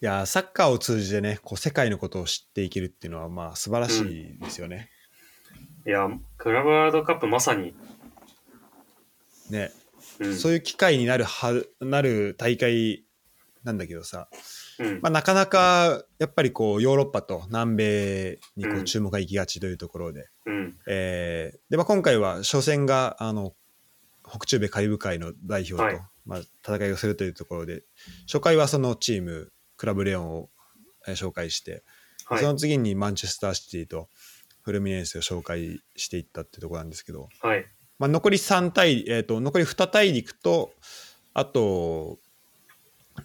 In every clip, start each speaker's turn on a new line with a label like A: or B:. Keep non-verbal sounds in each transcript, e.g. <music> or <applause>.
A: いやー、サッカーを通じてね、こう世界のことを知っていけるっていうのは、まあ、素晴らしいですよね。
B: いや、クラブワールドカップまさに、
A: ね、
B: うん、
A: そういう機会になるは、なる大会なんだけどさ、
B: うん
A: まあ、なかなか、やっぱりこう、ヨーロッパと南米にこ
B: う
A: うん注目が行きがちというところで、
B: うん、
A: えーで、まあ、今回は初戦が、あの、北中米カリブ海の代表と、
B: はい
A: まあ、戦いをするというところで、初回はそのチーム、クラブレオンをえー紹介して、
B: はい
A: そ、の次にマンチェスターシティとフルミネンスを紹介していったってところなんですけど、
B: はい、
A: まあ、残り3対、えー、と残り2大陸とあと,、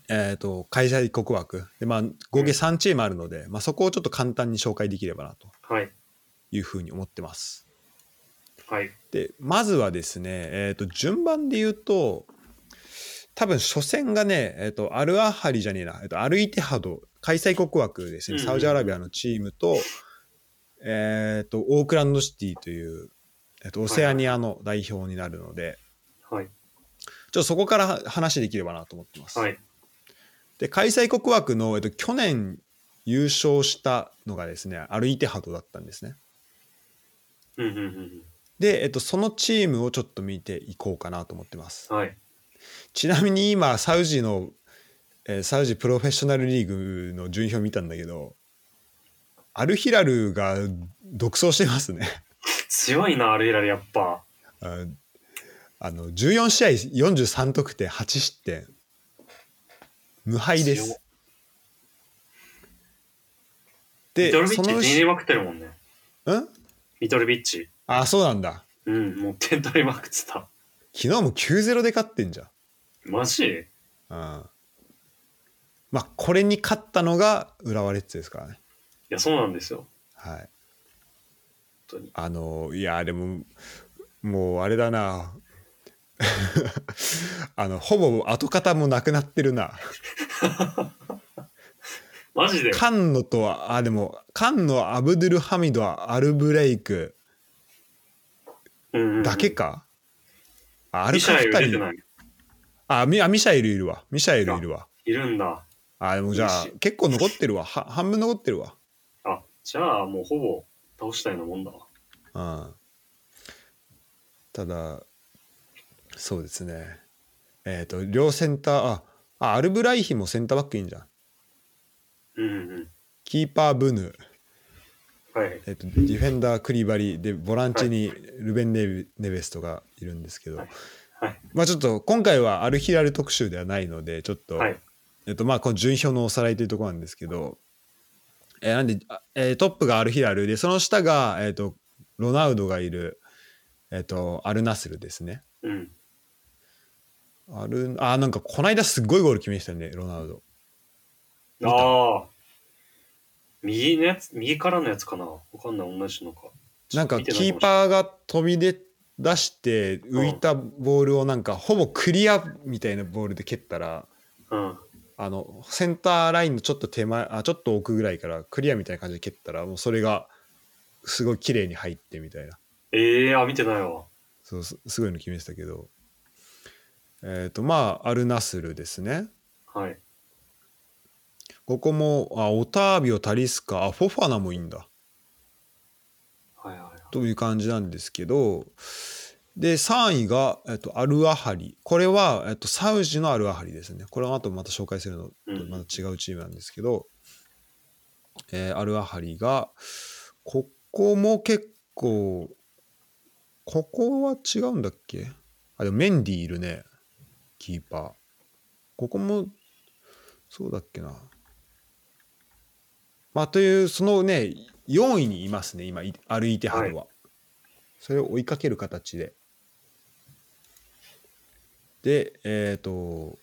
A: えー、と開催国枠で、まあ、合計3チームあるので、まあ、そこをちょっと簡単に紹介できればなと
B: はい、
A: いうふうに思ってます。
B: はい、
A: でまずはですね、えー、と順番で言うと多分初戦がね、えー、とアルアハリじゃねえな、えー、とアルイテハド開催国枠ですね、
B: うんうん
A: サウジアラビアのチームと,、えー、とオークランドシティという、えー、とオセアニアの代表になるので、
B: はい、
A: ちょっとそこからは話できればなと思ってます。
B: はい、
A: で開催国枠の、えー、と去年優勝したのがですねアルイテハドだったんですね。
B: うん、うん、うん
A: で、えー、とそのチームをちょっと見ていこうかなと思ってます。
B: うん、はい、
A: ちなみに今サウジの、えーサウジプロフェッショナルリーグの順位表見たんだけどアルヒラルが独走してますね <laughs>
B: 強いな、アルヒラル、やっぱ。
A: ああの14試合43得点8失点無敗で
B: 強っ
A: す
B: ミ
A: で
B: トルビ
A: そ
B: ッチ、
A: のう
B: 手に入
A: ち
B: れまくってるもんね。
A: うん
B: ミトルビッチ。
A: あそうなんだ
B: うん、もう点取りまくってた。
A: 昨日も9-0で勝ってんじゃん
B: マジ
A: うんまあこれに勝ったのが浦和レッズですからね
B: いや、そうなんですよ。
A: はい
B: 本当に。
A: あのいやでももうあれだな <laughs> あのほぼ跡形もなくなってる
B: <laughs>
A: な
B: マジで。
A: カンノとはあでもカンノアブドゥルハミドアルブレイク
B: うんうんうん
A: だけ。か、あアル
B: ミシ
A: カ
B: ャエ
A: フ
B: ル
A: タ
B: 出
A: リ
B: てない。
A: あミあミシャエルいるわミシャエルいるわ
B: いるんだ。
A: あでもじゃあ
B: ミシ
A: 結構残ってるわは半分残ってるわ
B: あ、じゃあもうほぼ倒したようなもんだわ。
A: うんただそうですねえっ、と両センターああアルブライヒもセンターバックいいんじゃん
B: うんうん
A: キーパーブヌ、
B: うん。はい。
A: えっとディフェンダークリバリでボランチにルベン・ネベネベストがいるんですけど、
B: はいはい
A: まあ、ちょっと今回はアルヒラル特集ではないのでちょっと、
B: はい。
A: えっとまあ、この順位表のおさらいというところなんですけど、えーなんで、あえートップがアルヒラルでその下が、えっとロナウドがいる、えっとアルナスルですね。
B: うん。
A: アルあーなんかこの間すごいゴール決めましたよねロナウド。見た
B: ああ。右のやつ、右からのやつかなわかんない、同じのか。
A: なんか
B: 見てない
A: キ
B: か
A: ー
B: もしれない
A: パーが飛び出出して浮いたボールをなんかほぼクリアみたいなボールで蹴ったら
B: うん。
A: あのセンターラインのちょっと手前あちょっと奥ぐらいからクリアみたいな感じで蹴ったらもうそれがすごい綺麗に入ってみたいな
B: ええー、あ、見てないわ。
A: そうすすごいの決めてたけどえっ、とまあアルナスルですね
B: はい。
A: ここもあオタービオ・タリスカあフォファナもいいんだ
B: はいはいはい。
A: という感じなんですけどで3位が、えっと、アルアハリこれは、えっと、サウジのアルアハリですねこれは後また紹介するのと
B: うん
A: また違うチームなんですけど、えーアルアハリがここも結構ここは違うんだっけあでもメンディいるねキーパーここもそうだっけなまあというそのね4位にいますね今いアルイテハドは、それを追いかける形ででえっ、と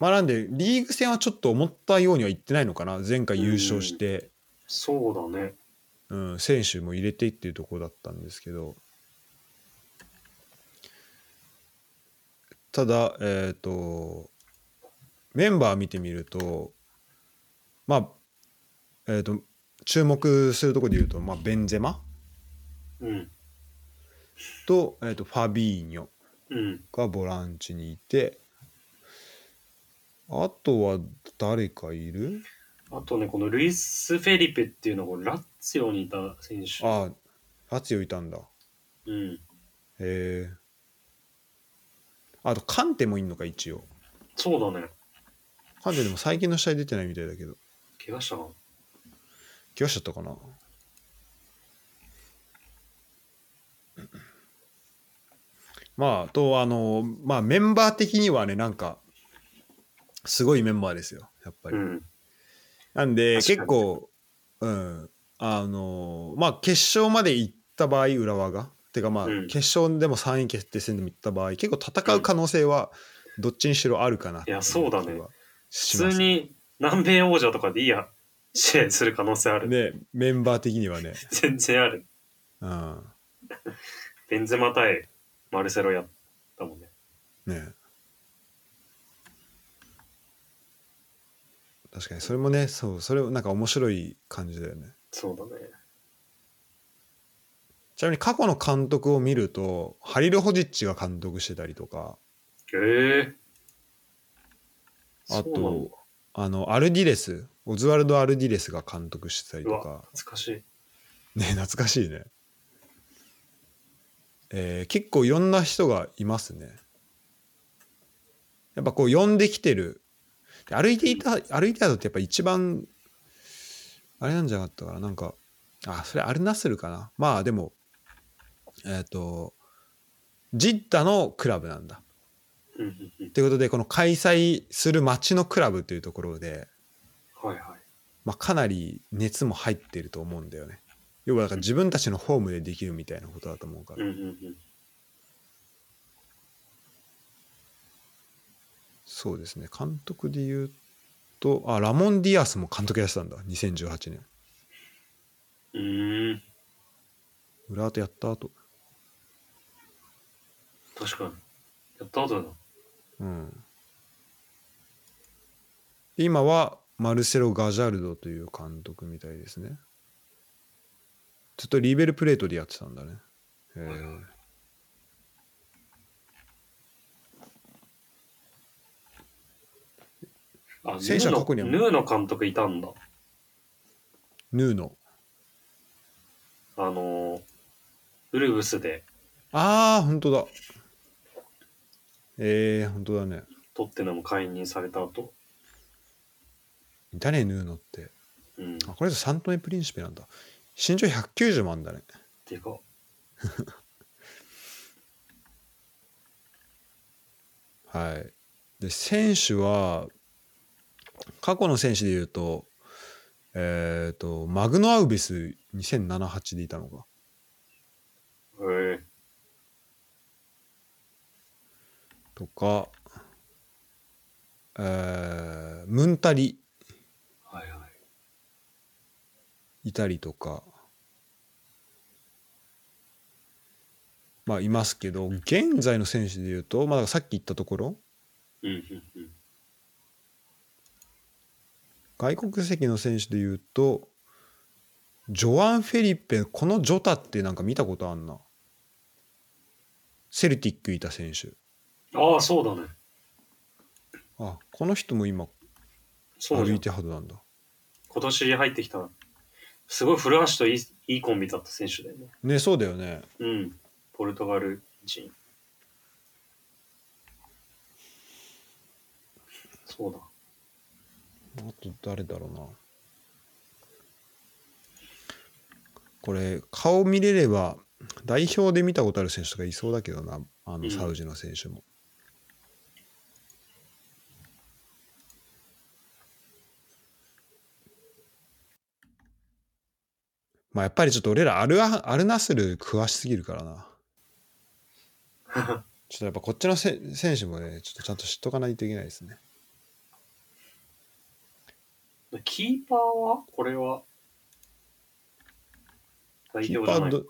A: まあなんでリーグ戦はちょっと思ったようにはいってないのかな前回優勝して、
B: そうだね。
A: うん、選手も入れてっていうところだったんですけどただえっ、とメンバー見てみるとまあえっ、と注目するところで言うと、まあ、ベンゼマ
B: うん。
A: と,、えー、とファビーニョ
B: うん。
A: がボランチにいてあとは誰かいる
B: あとね、このルイス・フェリペっていうのがラッツィオにいた選手。
A: ああ、八をいたんだ。
B: うん。
A: へえ。あと、カンテもいんのか、一応。
B: そうだね。
A: カンテでも最近の試合出てないみたいだけど。
B: 怪我したな。
A: 怪我しちゃったかな。 <coughs> まあ、と、あの、まあ、メンバー的にはね、なんか、すごいメンバーですよ、やっぱり
B: う。ん。
A: なんで、
B: 確かに
A: 結構、うん、あの、まあ、決勝まで行った場合、浦和が、てか、まあ、
B: うん
A: 決勝でも3位決定戦でも行った場合、結構戦う可能性は、どっちにしろあるかなってい
B: いやそうだね
A: 気はしま
B: 普
A: す
B: 通に南米王者とかでいいや、試合する可能性ある。
A: ね、メンバー的にはね、
B: 全然ある。
A: うん、
B: ベンゼマ対マルセロやったもんね。
A: ね。確かに、それもね、そう、それ、なんか面白い感じだよね。
B: そうだね。
A: ちなみに過去の監督を見ると、ハリル・ホジッチが監督してたりとか、
B: へえ
A: あ
B: そうなんだ
A: と、あの、アルディレス、オズワルド・アルディレスが監督してたり
B: う
A: と
B: わ
A: か、、
B: 懐かしい。
A: ね、 <laughs> 懐かしいね。えー結構いろんな人がいますね。やっぱこう、呼んできてる。で歩いていた、歩いてたのってやっぱ一番、あれなんじゃなかったかな、なんか、あ、それアルナスルかな。まあでも、えっ、と、ジッダのクラブなんだ。
B: うんうんうん。
A: ということで、この開催する町のクラブというところで、
B: はいはい。
A: まあ、かなり熱も入ってると思うんだよね。要はだから自分たちのホームでできるみたいなことだと思うか
B: う
A: ら、
B: んうんうん。
A: そうですね監督で言うとあラモン・ディアスも監督やってたんだ2018年
B: うーん、
A: 裏とやった後
B: 確かに。やった後だな。
A: うんで今はマルセロ・ガジャルドという監督みたいですねずっとリーベルプレートでやってたんだねへえ
B: はいはいあ、
A: 戦車
B: ヌーの
A: 過去には
B: ヌーの監督いたんだ。
A: ヌーノ
B: あのー、ウルブスで
A: ああ本当だええー、本当だね
B: トッテナム解任された後。
A: いたねヌーノって
B: うん。
A: あこれサントメプリンシペなんだ身長190もあんだね
B: てか、
A: はいで選手は過去の選手でいうとえっ、とマグノアウベス2007-8でいたのか
B: へえ
A: とか、えームンタリ
B: はいはい。
A: いたりとかまあいますけど現在の選手でいうと、まあ、さっき言ったところ
B: うんうんうん。
A: 外国籍の選手で言うとジョアン・フェリッペこのジョタってなんか見たことあんなセルティックいた選手
B: ああ、そうだね。
A: あこの人も今
B: そう
A: 歩
B: じゃん
A: いてはずなんだ
B: 今年入ってきた、すごい古橋といいいいコンビだった選手だよね。
A: ねそうだよね
B: うん。ポルトガル人。そうだ。
A: あと誰だろうなこれ顔見れれば代表で見たことある選手とかいそうだけどなあ
B: う
A: の
B: ん
A: サウジの選手も、まあやっぱりちょっと俺らアルアアルナスル詳しすぎるからなちょっとやっぱこっちのせ選手もねちょっとちゃんと知っとかないといけないですね
B: <laughs> キーパーはこれは代表じゃない
A: キーパーど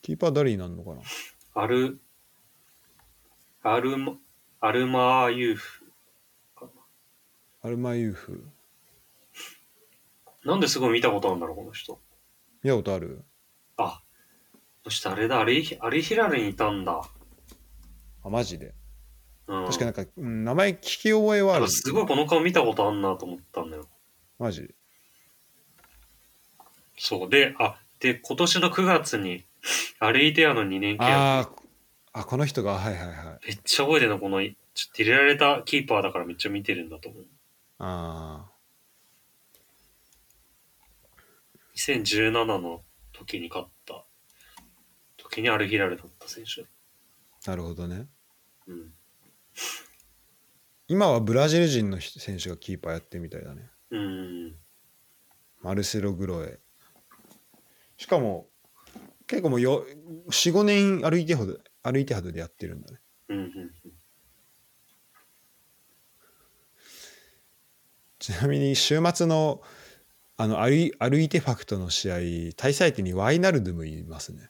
A: キーパー誰になるのかな
B: アル、アルマ、アルマーユーフ。
A: アルマユーフ
B: なんですごい見たことあるんだろう、この人。
A: 見たことある
B: あ、そしてあれだ、アリ、アリヒラルにいたんだ。
A: あマジで
B: うん、
A: 確かになんか、うん、名前聞き覚えはあ
B: なん
A: る
B: かすごいこの顔見たことあんなと思ったんだよ。
A: マジ
B: そう。で、あ、で、今年の9月に、 <laughs> アレイデアの2年契約。
A: あーあこの人がはいはいはい
B: めっちゃ覚えてるな、この、ちょっと入れられたキーパーだからめっちゃ見てるんだと思う。
A: あ
B: 2017の時に勝った時にアルヒラルだった選手。
A: あなるほどね
B: うん。
A: 今はブラジル人の人選手がキーパーやってるみたいだね
B: うん。
A: マルセロ・グロエしかも結構もう45年歩いてほど歩いてはどでやってるんだね
B: うんうん
A: ちなみに週末のあのアルアルイテファクトの試合対戦相手にワイナルドゥムいますね。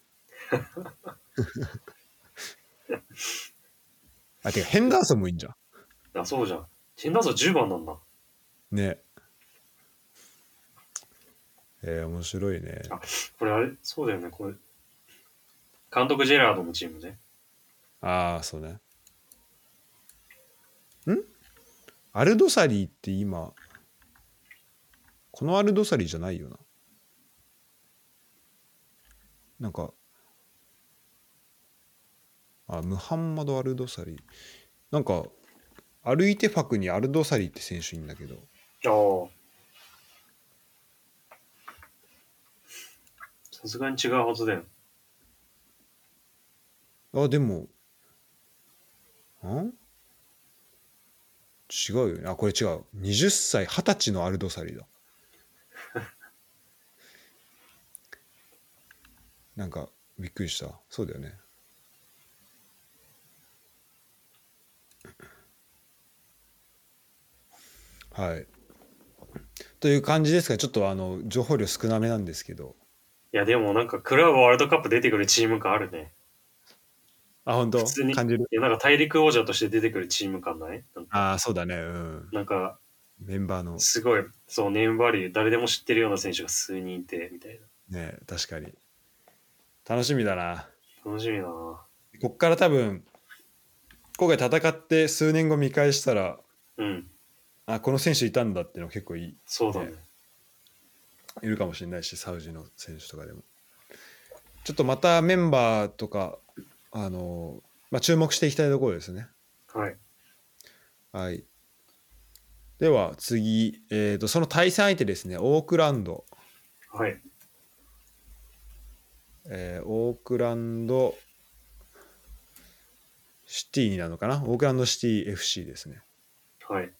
A: <laughs> あてかヘンダーソンもいいんじゃ
B: うん。あ、そうじゃん。チンダーソン10番なんだ。
A: ん。ね。えー、面白いね。
B: これあれ、そうだよね、これ。監督ジェラードのチームね。
A: ああ、そうね。んアルドサリーって今、このアルドサリーじゃないよな。なんか、あ、ムハンマド・アルドサリー。なんか、歩いてファクにアルドサリーって選手いるんだけど、
B: ああ。さすがに違うはずだよ。
A: あ、でも、ん違うよね。あ、これ違う。20歳、20歳のアルドサリだ。 <laughs> なんか、びっくりした。そうだよね。 <laughs> はい。という感じですかね。ちょっとあの、情報量少なめなんですけど。
B: いや、でもなんかクラブワールドカップ出てくるチーム感あるね。
A: あ、本当
B: 普通に
A: 感じる。
B: いや、なんか大陸王者として出てくるチーム感ないなんか
A: ああ、そうだね。うん。
B: なんか
A: メンバーの。
B: すごい、そう、ネームバリュー、誰でも知ってるような選手が数人いて、みたい
A: ねえ確かに楽しみだな
B: な。楽しみだな。
A: こっから多分今回戦って数年後見返したら
B: うん、
A: あこの選手いたんだっていうの結構いい
B: そうだね
A: ね。いるかもしれないしサウジの選手とかでもちょっとまたメンバーとかあの、まあ、注目していきたいところですね
B: はい。
A: はいでは次、えー、とその対戦相手ですねオークランド
B: はい。
A: えーオークランドシティになるのかなオークランドシティ FC ですね。
B: はい。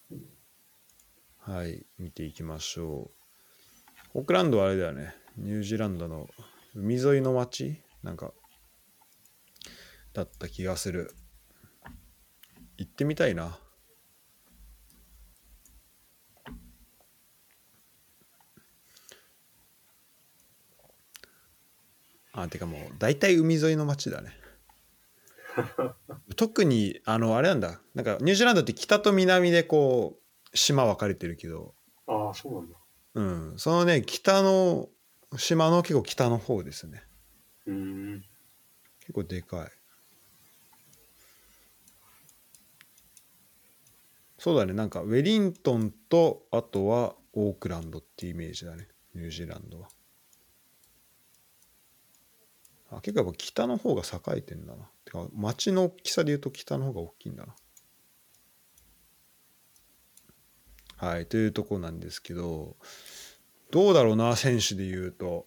A: はい、見ていきましょう。オークランドはあれだよね、ニュージーランドの海沿いの町なんか、だった気がする。行ってみたいな。あ、てかもう、大体海沿いの町だね。特に、あの、あれなんだ、なんか、ニュージーランドって北と南でこう、島分かれてるけど、
B: ああ、そうなんだ。
A: うん、そのね北の島の結構北の方ですね
B: うーん。
A: 結構でかいそうだねなんかウェリントンとあとはオークランドってイメージだねニュージーランドはあ結構やっぱ北の方が栄えてんだなてか町の大きさで言うと北の方が大きいんだなはいというとこなんですけどどうだろうな選手で言うと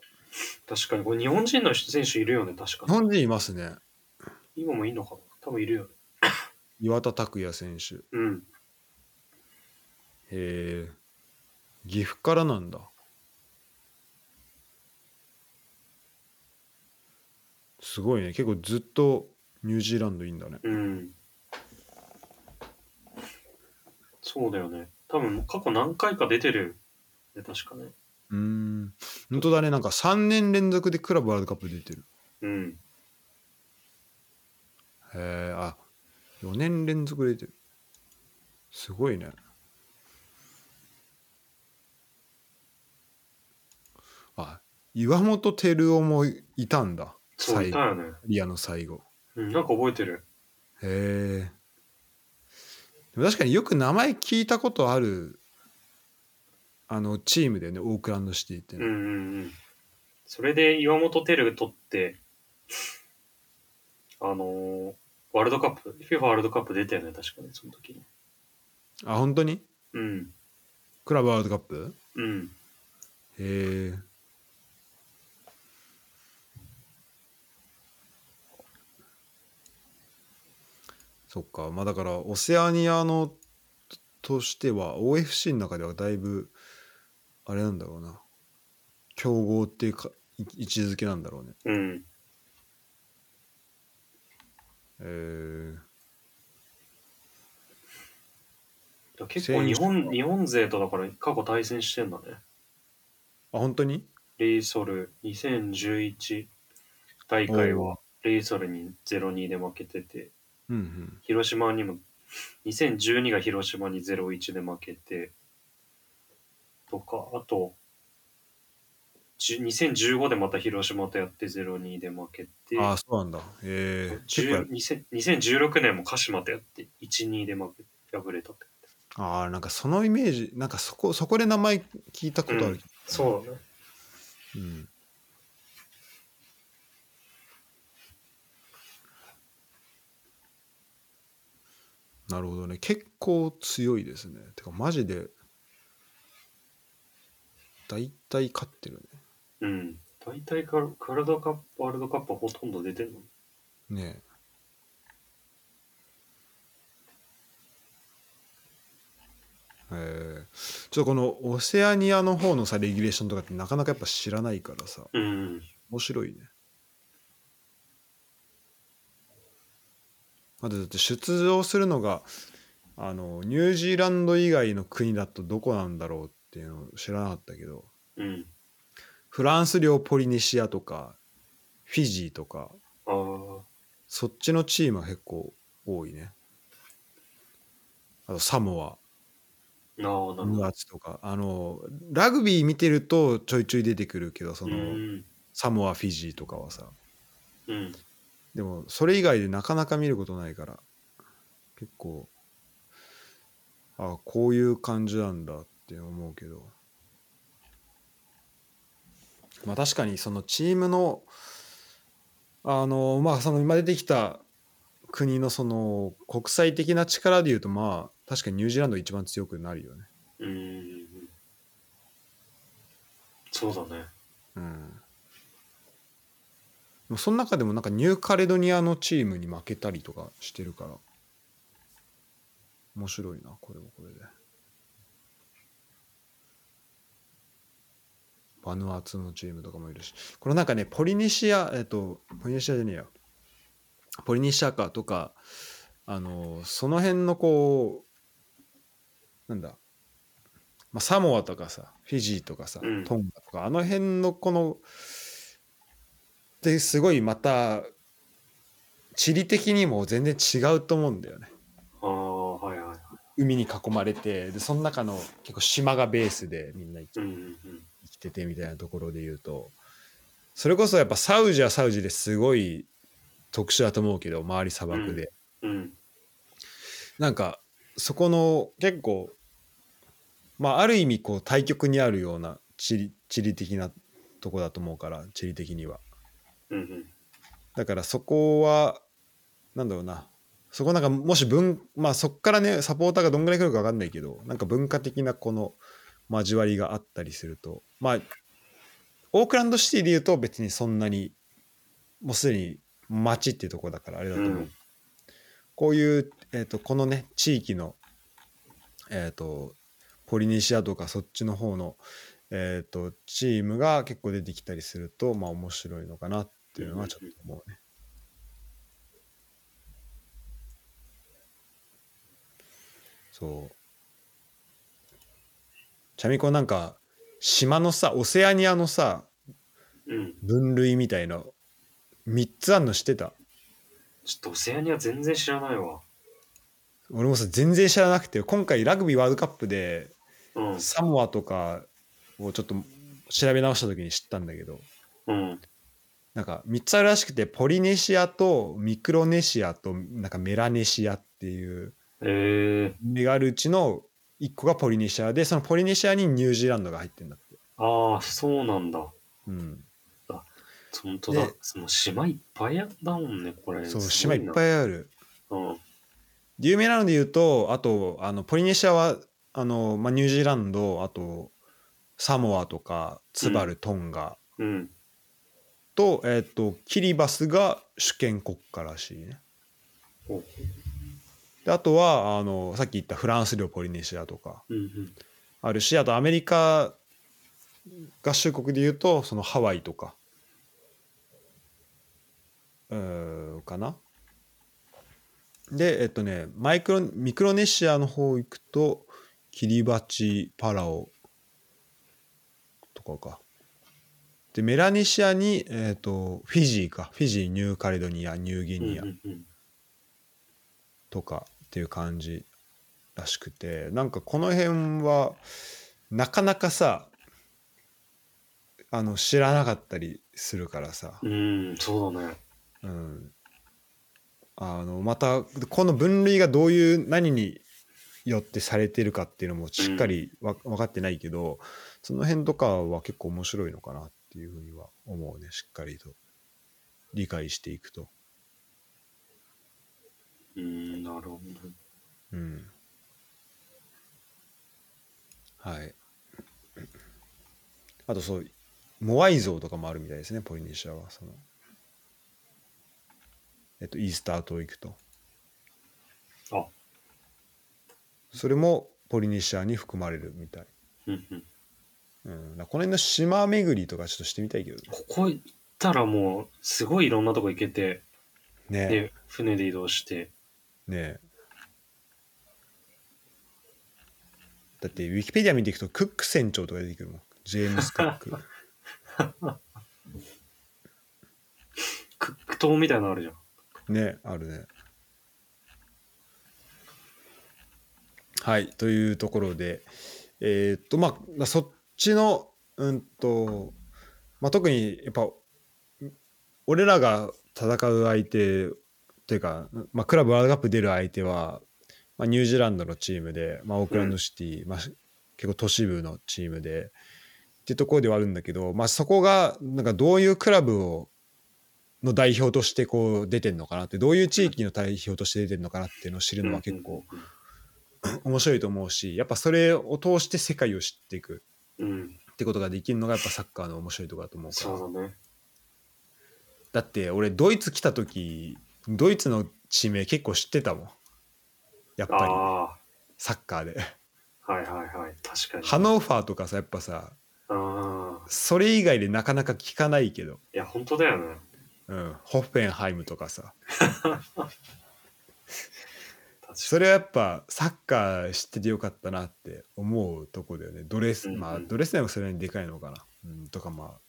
B: 確かに、これ日本人の選手いるよね、確か
A: 日
B: に。
A: 本人いますね
B: 今もいいのかな多分いるよね。
A: 岩田拓也選手
B: うん。
A: へえ岐阜からなんだすごいね結構ずっとニュージーランドいいんだね
B: うん。そうだよね。多分、過去何回か出てるよね。確かね。
A: うーん本当だねなんか3年連続でクラブワールドカップ出てる
B: うん。
A: へえあ4年連続で出てるすごいねあ岩本照夫もいたんだ
B: そう、
A: 最
B: いた
A: 後
B: よね。
A: リアの最後
B: うん、なんか覚えてる。
A: へえ。でも確かによく名前聞いたことあるあのチームだよねオークランドシティってね、
B: うんうんうん。それで岩本テル取って、あのーワールドカップ、FIFA ワールドカップ出たよね、確かね、その時に。
A: あ本当に
B: うん。
A: クラブワールドカップ
B: うん。
A: へえそっかまあだからオセアニアのとしては OFC の中ではだいぶあれなんだろうな強豪っていうかい位置づけなんだろうね
B: うん。
A: えー、
B: 結構日本、日本勢とだから過去対戦してんだね。
A: あ本当に
B: レイソル2011大会はレイソルに0-2で負けてて、
A: うんうん
B: 広島にも2012が広島に0-1で負けてとかあとじゅ2015でまた広島とやって0-2で負けて
A: ああそうなんだええ結構や
B: 10 2000 2016年も鹿島とやって1-2で負け敗れたって
A: ああなんかそのイメージなんかそこそこで名前聞いたことある、
B: そうだね
A: うんなるほどね結構強いですねてかマジで大体勝ってる
B: うん大体からワールドカップワールドカップはほとんど出てるの
A: ねねええーちょっとこのオセアニアの方のさレギュレーションとかってなかなかやっぱ知らないからさ
B: うん
A: 面白いね。あとだって出場するのがあのニュージーランド以外の国だとどこなんだろうっていうのを知らなかったけど
B: うん
A: フランス領ポリネシアとかフィジーとか
B: ああ
A: そっちのチームは結構多いね。あとサモ
B: なあな
A: ア、
B: るほ
A: ム
B: ど
A: アツとかあのラグビー見てるとちょいちょい出てくるけどそうの、
B: ん
A: サモアフィジーとかはさ
B: うん
A: でもそれ以外でなかなか見ることないから結構あこういう感じなんだって思うけどまあ確かにそのチームのあのまあその今出てきた国のその国際的な力でいうとまあ確かにニュージーランドが一番強くなるよね。
B: うーんそうだね。
A: うん、でもその中でもなんかニューカレドニアのチームに負けたりとかしてるから面白いなこれもこれでバヌアツのチームとかもいるしこのなんかねポリネシアえっとポリネシアじゃねえやポリネシアかとかあのその辺のこうなんだ、まあ、サモアとかさフィジーとかさ
B: うん
A: トンガとか、あの辺のこのですごいまた地理的にも全然違うと思うんだよね
B: ああ、はいはい。
A: 海に囲まれてでその中の結構島がベースでみんな生き
B: うんうんうん。
A: 生きててみたいなところで言うとそれこそやっぱサウジはサウジですごい特殊だと思うけど周り砂漠で、
B: うん
A: なんかそこの結構まあある意味こう対極にあるような地理地理的なとこだと思うから地理的には
B: うんうん。
A: だからそこはなんだろうなそこなんかもし文まあそこからねサポーターがどんぐらい来るか分かんないけどなんか文化的なこの交わりがあったりするとまあオークランドシティで言うと別にそんなにもうすでに町っていうところだからあれだ
B: う
A: と思う、
B: ん
A: こういう、えー、とこのね地域のえっ、とポリネシアとかそっちの方のえっ、とチームが結構出てきたりするとまあ面白いのかなっていうのはちょっと思うね。そう。ちなみにこうなんか島のさオセアニアのさ
B: うん。
A: 分類みたいの3つあんの知ってた
B: ちょっとオセアニア全然知らないわ。
A: 俺もさ全然知らなくて今回ラグビーワールドカップで
B: うん
A: サモアとかをちょっと調べ直した時に知ったんだけど
B: うん。
A: なんか3つあるらしくてポリネシアとミクロネシアとなんかメラネシアっていう
B: えー、
A: 目があるうちの1個がポリネシアでそのポリネシアにニュージーランドが入ってんだって、
B: ああ、そうなんだ。
A: うん、
B: 本当だ
A: で。
B: その島いっぱいだもんね、これ。
A: そう島いっ
B: い。
A: ぱいある
B: うん。
A: 有名なので言うとあとあのポリネシアはあの、まあ、ニュージーランドあとサモアとかツバル、トンガ
B: うん。
A: と,、えっとキリバスが主権国家らしいね
B: ほう
A: であとはあのさっき言ったフランス領ポリネシアとか
B: うんうん。
A: あるしあとアメリカ合衆国で言うとそのハワイとかうーかなでえっとねマイクロミクロネシアの方行くとキリバチパラオとかかでメラネシアに、えっとフィジーかフィジーニューカレドニアニューギ
B: うん
A: ニア
B: うんうん。
A: とかっていう感じらしくてなんかこの辺はなかなかさあの知らなかったりするからさ、
B: うん、そうだね。
A: うん、あのまたこの分類がどういう何によってされてるかっていうのもしっかりわ分かってないけど、その辺とかは結構面白いのかなっていうふうには思うねしっかりと理解していくと。
B: うん、なるほど。
A: うん。はい。あとそう、モアイ像とかもあるみたいですね、ポリネシアは。そのえっと、イースター島行くと。
B: あ、
A: それもポリネシアに含まれるみたい。
B: うんうん。
A: うん、だからこの辺の島巡りとかちょっとしてみたいけど
B: ここ行ったらもう、すごいいろんなとこ行けて、
A: ね。ね
B: で、船で移動して。
A: ねだって、ウィキペディア見ていくと、クック船長とか出てくるもん。ジェームス・クック。
B: クック島みたいなのあるじゃん。
A: ねあるねはいというところでえーっとまあそっちのうんと、まあ、特にやっぱ俺らが戦う相手というか、まあ、クラブワールドカップ出る相手は、まあ、ニュージーランドのチームで、まあ、オークランドシティ、まあ、結構都市部のチームでってところではあるんだけど、まあ、そこがなんかどういうクラブをの代表としてこう出てるのかなってどういう地域の代表として出てるのかなっていうのを知るのは結構面白いと思うしやっぱそれを通して世界を知っていく
B: うん。うん、
A: ってことができるのがやっぱサッカーの面白いところだと思うから
B: そうだね。
A: だって俺ドイツ来た時ドイツの地名結構知ってたもんやっぱ
B: あ
A: り
B: あ、
A: サッカーで
B: はいはいはい。確かに。
A: ハノーファーとかさやっぱさ
B: ああ。
A: それ以外でなかなか聞かないけど、
B: いや、本当だよね。
A: うん、ホッフェンハイムとかさ
B: 確かに。
A: それはやっぱサッカー知っててよかったなって思うとこだよねドレス
B: うんうん
A: まあドレスでもそれなりにでかいのかな、うん、とかまあ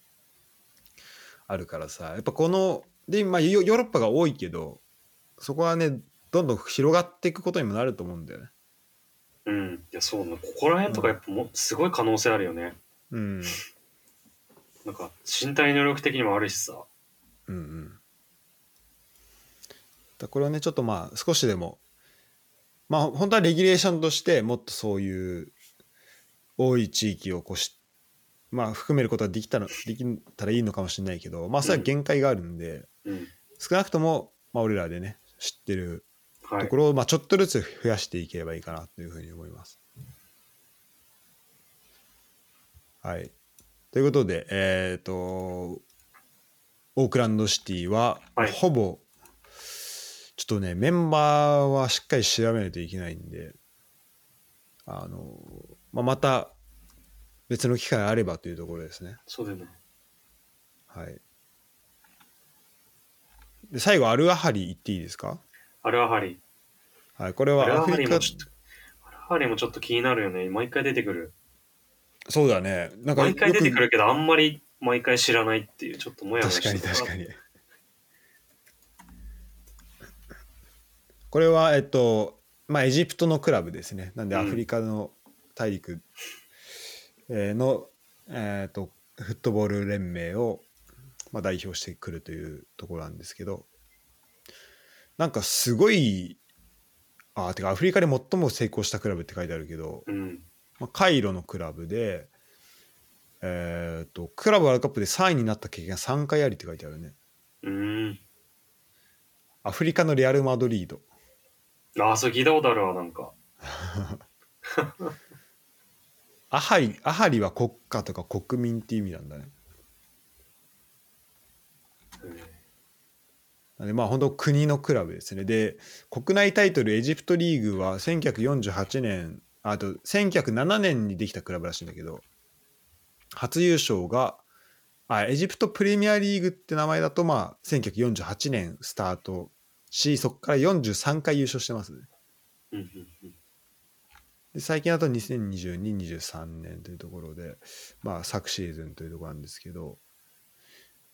A: あるからさやっぱこので、まあ、ヨヨーロッパが多いけどそこはねどんどん広がっていくことにもなると思うんだよね
B: うん。いや、そうね。ここら辺とかやっぱも、うすごい可能性あるよね。
A: うん
B: なんか、身体能力的にもあるしさ。
A: うんうんだこれはねちょっとまあ少しでもまあ本当はレギュレーションとしてもっとそういう多い地域をこうしまあ含めることはできたのできたらいいのかもしれないけどまあそれは限界があるんで、
B: うん。
A: 少なくともまあ俺らでね知ってる
B: は
A: と
B: い
A: こ。ろをまあちょっとずつ増やしていければいいかなというふうに思います。はい、ということで、えー、とオークランドシティは、
B: はい
A: ほぼちょっとねメンバーはしっかり調べないといけないんであの、まあ、また別の機会あればというところですね。
B: そうだよね。
A: はい、で最後アルアハリ行っていいですか、
B: アルアハリ。
A: はい、これ
B: ア
A: は
B: ルア
A: ア
B: ハ
A: フ
B: リ
A: リ
B: も
A: カ
B: ちょっと、アルアハリもちょっと気になるよね。毎回出てくる。
A: そうだね。なんか
B: 毎
A: よ
B: 回出てく
A: く
B: るけど、あんまり毎回知らないっていう、ちょっともやもや
A: 確かに確か
B: に。
A: に。これは、えっと、まあ、エジプトのクラブですね。なんで、
B: うん
A: アフリカの大陸えーの、えっと、フットボール連盟を、まあ、代表してくるというところなんですけど、なんかすごい、あーてかアフリカで最も成功したクラブって書いてあるけど、
B: うん。
A: まあ、カイロのクラブで、えー、とクラブワールドカップで3位になった経験が3回ありって書いてあるね
B: うーん。
A: アフリカのレアル・マドリード
B: ああ、それ聞いたことあるわ、なんか。
A: アハリアハリは国家とか国民って意味なんだね
B: うん
A: なんでまあ本当国のクラブですねで国内タイトルエジプトリーグは1948年あと1907年にできたクラブらしいんだけど初優勝があエジプトプレミアリーグって名前だとまあ1948年スタートしそこから43回優勝してますね
B: うんうんうん
A: で最近だと202223年というところで、まあ、昨シーズンというところなんですけど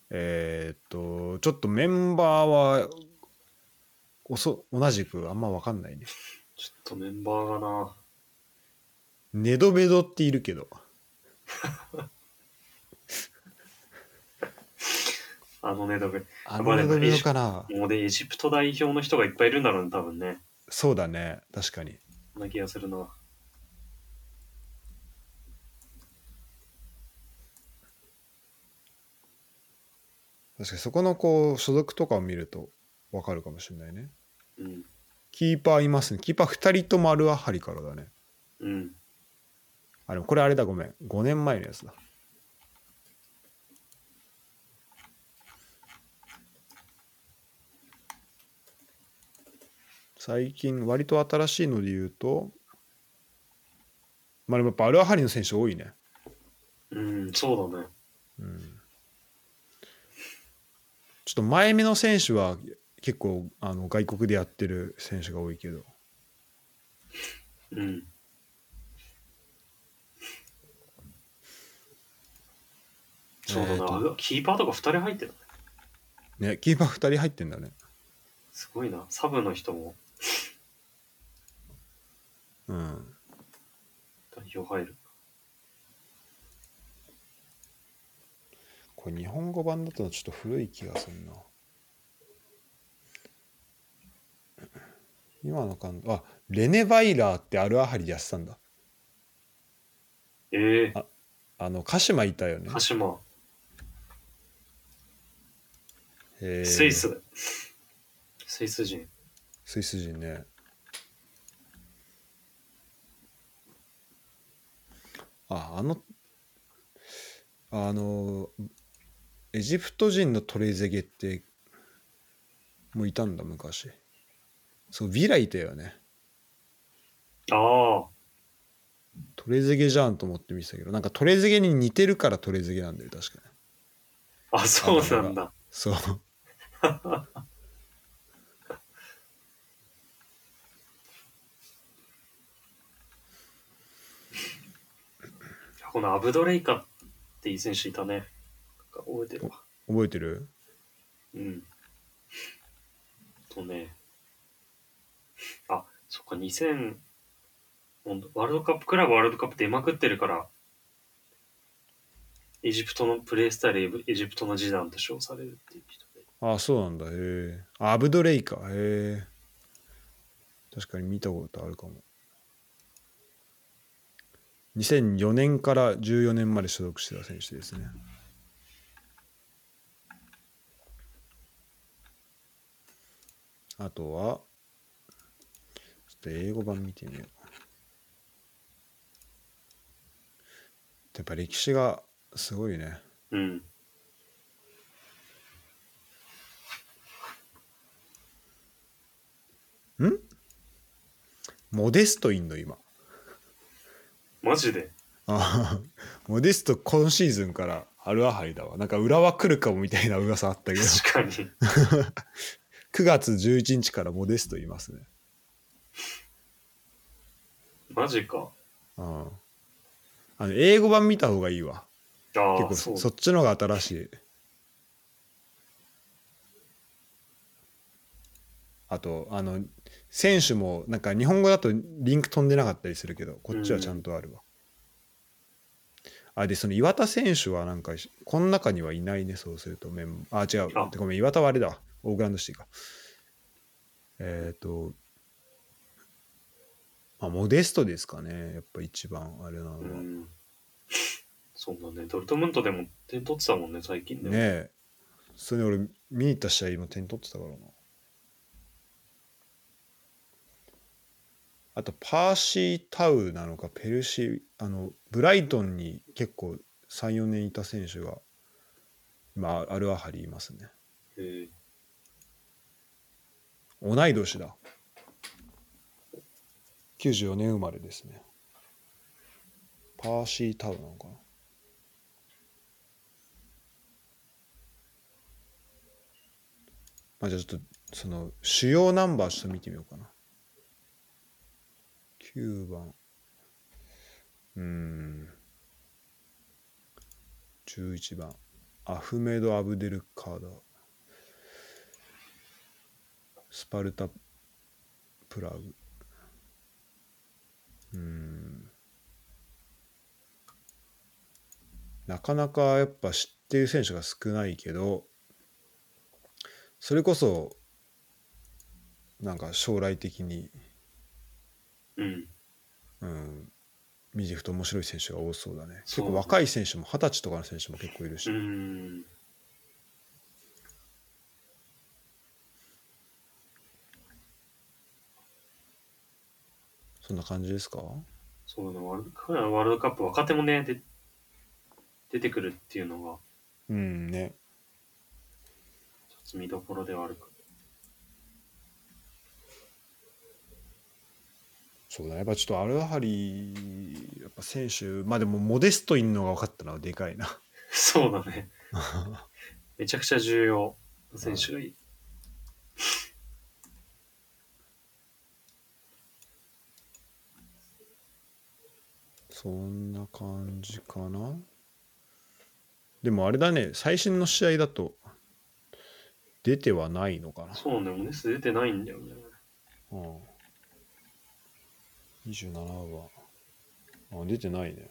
A: えーっとちょっとメンバーはおそ同じくあんま分かんないね
B: ちょっとメンバーがな。
A: ネドベドっているけど
B: あのね、だべ。
A: あのネドベドかな
B: もうね、エジプト代表の人がいっぱいいるんだろうね、多分ね。
A: そうだね確かに
B: そんな気がするな。
A: 確かにそこのこう所属とかを見ると分かるかもしれないね
B: うん。
A: キーパーいますねキーパー2人ともアルアハリからだね
B: うん。
A: あでもこれあれだごめん5年前のやつだ最近割と新しいので言うとまあでもやっぱアルアハリの選手多いね
B: うん、そうだね。
A: うんちょっと前目の選手は結構あの外国でやってる選手が多いけど
B: うん。そうだ
A: えーと
B: な、あキーパーとか2人入ってたね。
A: ねキーパー2人入ってんだね
B: すごいな。サブの人も
A: うん
B: 代表入る。
A: これ日本語版だとちょっと古い気がするな。今の感あレネ・バイラーってアルアハリでやってたんだ。
B: ええ
A: あの、鹿島いたよね
B: ー、。鹿島、
A: えー
B: スイス。スイス人。
A: スイス人ね。あ、あの、あの、エジプト人のトレゼゲって、もういたんだ、昔。そう、ヴィラいたよね。
B: ああ、
A: トレゼゲじゃんと思って見てたけどなんかトレゼゲに似てるからトレゼゲなんだよ確かに
B: あ、そうなんだ。
A: そう
B: このアブドレイカっていう選手いたね。なんか覚えてるわ。
A: 覚えてる
B: うん。とね。あ、そっか、2000、ほんとワールドカップ、クラブワールドカップ出まくってるから、エジプトのプレイスタイル、エジプトの示談と称されるっていう人で。
A: ああそうなんだへえあアブドレイかへえ確かに見たことあるかも2004年から14年まで所属してた選手ですねあとはちょっと英語版見てみようやっぱ歴史がすごいね
B: うん。
A: モデストインの今
B: マジで。
A: あ <laughs> ーモディスト今シーズンからアルアハリだわなんか浦和来るかもみたいな噂あったけど
B: 確かに。
A: 9月11日からモデストいますね
B: マジか。
A: うんあの英語版見た方がいいわ
B: ああ、
A: 結
B: そ
A: 構
B: う
A: そっちの方が新しいあとあの選手もなんか日本語だとリンク飛んでなかったりするけどこっちはちゃんとあるわ、あでその岩田選手はなんかこの中にはいないねそうするとメンあ違う
B: あ
A: ごめん岩田はあれだわオークランドシティかえっ、とまあ、モデストですかね。やっぱ一番あれなのは。
B: う
A: ね
B: ん。そんなね、ドルトムントでも点取ってたもんね、最近でも。
A: え。それで俺見に行った試合今点取ってたからな。あとパーシー・タウなのかペルシーあのブライトンに結構34年いた選手が今アルアハリいますね
B: えー
A: 同い年だ94年生まれですねパーシー・タウなのかなまあじゃあちょっとその主要ナンバーちょっと見てみようかな9番うーん11番アフメド・アブデル・カーダスパルタプラグ。うーん。なかなかやっぱ知ってる選手が少ないけど、それこそ、なんか将来的に、
B: うん。
A: うん、見ていくと面白い選手が多そうだね。結
B: そう
A: 構
B: ね
A: 若い選手も、二十歳とかの選手も結構いるし
B: う。ん。
A: そんな感じですか
B: そうだね、ワールドワールドカップ、若手もね、で出てくるっていうのが、
A: うんね。
B: 一つ見どころではあるか。 <laughs>
A: そうだね、やっぱちょっとアルアハリやっぱ選手まあでもモデストいんのが分かったのはでかいな
B: そうだね。めちゃくちゃ重要な選手がいい。
A: そんな感じかなでもあれだね最新の試合だと出てはないのかな、
B: そうね、モネス出てないんだよね。
A: うん、27はあ出てないね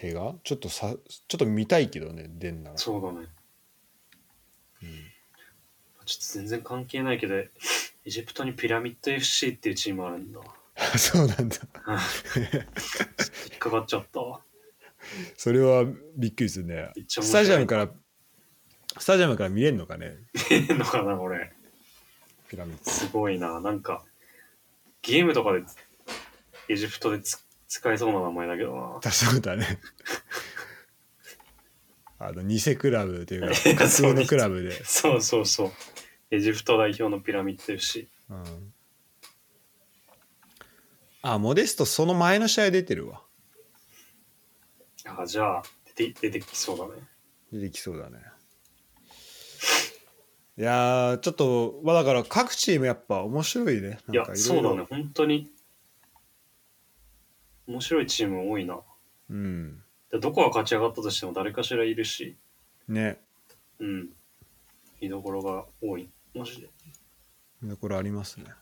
A: 怪我ちょっとさちょっと見たいけどね出んなら
B: そうだね。ちょっと全然関係ないけど、エジプトにピラミッド FC っていうチームあるんだ。
A: うん <laughs> そうなんだ
B: 引っかかっちゃったわ。
A: それはびっくりするね
B: めっ。ちゃ面白い
A: スタジアムから、スタジアムから見れるのかね、
B: 見えんのか <laughs> な、これ。
A: ピラミッド。
B: すごいな。なんか、ゲームとかでエジプトでつ使えそうな名前だけどな。
A: 確かにだね。 <laughs> あの、偽クラブという
B: <laughs>
A: か、
B: いや
A: 普通のクラブで。
B: そうそうそう。エジプト代表のピラミッド FC。
A: うんあ、モデスト、その前の試合出てるわ。
B: あ、じゃあ、出て出てきそうだね。
A: 出てきそうだね。いやー、ちょっと、まあだから各チームやっぱ面白いね。
B: い
A: な
B: や
A: ん、かろ
B: そ
A: ろ
B: うだね。本当に、面白いチーム多いな。
A: うん。
B: でどこが勝ち上がったとしても誰かしらいるし、
A: ね。
B: うん。見どころが多い。マジで。
A: 見どころありますね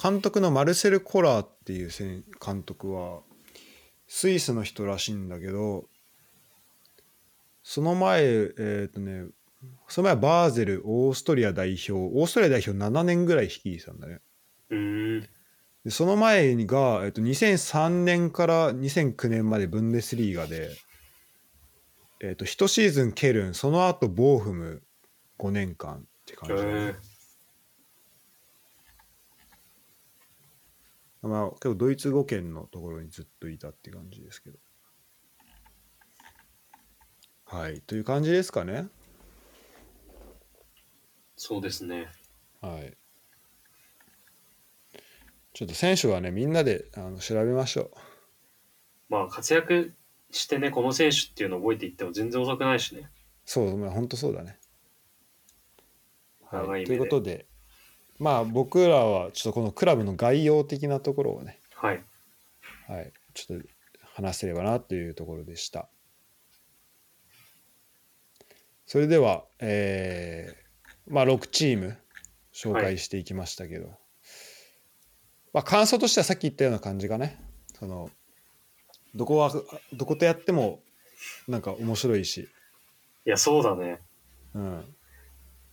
A: 監督のマルセル・コラーっていう選監督はスイスの人らしいんだけどその前えーっ、とねその前はバーゼルオーストリア代表オーストリア代表7年ぐらい率いてたんだね
B: うーん。
A: でその前が、えっと、2003年から2009年までブンデスリーガで、えっと、1シーズンケルンその後ボーフム5年間って感
B: へ
A: じだね、
B: え
A: まあ、結構ドイツ語圏のところにずっといたって感じですけどはいという感じですかね
B: そうですね。
A: はいちょっと選手はねみんなであの調べましょ
B: まあ、活躍してね、この選手っていうのを覚えていっても全然遅くないしね。
A: うそうまあ本当そうだね
B: 長
A: はいい、
B: 目で
A: ということでまあ僕らはちょっとこのクラブの概要的なところをね、
B: はい。
A: はい、ちょっと話せればなというところでしたそれではえーまあ6チーム紹介していきましたけど、まあ感想としてはさっき言ったような感じがねそのどこはどことやってもなんか面白いし
B: いや、そうだね。
A: うん。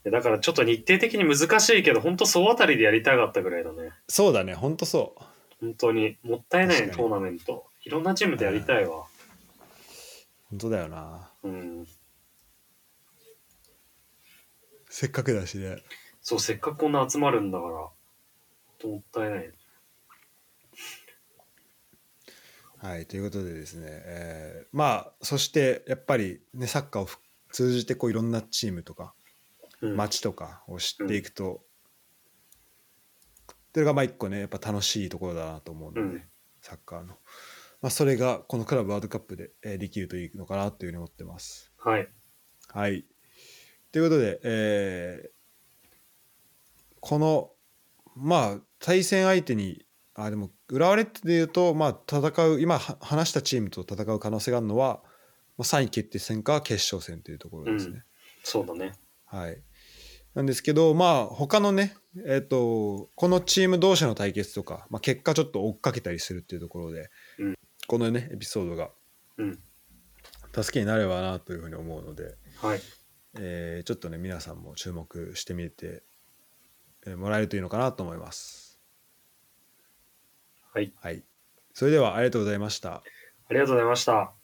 B: でだからちょっと日程的に難しいけど、本当総当たりでやりたかったぐらいだね。
A: そうだね、ほんとそう。
B: 本当に。もったいないね
A: 確か
B: ト
A: に
B: ーナメント。いろんなチームでやりたいわ。
A: ほんとだよな。
B: うん。
A: せっかくだしね。
B: そう、せっかくこんな集まるんだから、ほんともったいない。
A: はい、ということでですね、えーまあ、そしてやっぱり、ね、サッカーをふ通じてこういろんなチームとか、
B: うん、
A: 街とかを知っていくと、それがまあ一個ね、やっぱ楽しいところだなと思うので、
B: うん
A: サッカーの。まあ、それがこのクラブワールドカップで、えーできるといいのかなというふうに思ってます。
B: はい。
A: はい。ということで、えーこの、まあ、対戦相手に、あ、でも、浦和レッズで言うと、まあ、戦う、今は話したチームと戦う可能性があるのは、まあ、3位決定戦か決勝戦というところですね。
B: そうだね。
A: はい。なんですけど、まあ、他のね、えっ、と、このチーム同士の対決とか、まあ、結果ちょっと追っかけたりするっていうところで、
B: うん
A: このね、エピソードが
B: うん。
A: 助けになればなというふうに思うので、
B: はい。
A: えーちょっとね皆さんも注目してみてえーもらえるといいのかなと思います。
B: はい。
A: はい、それではありがとうございました。
B: ありがとうございました。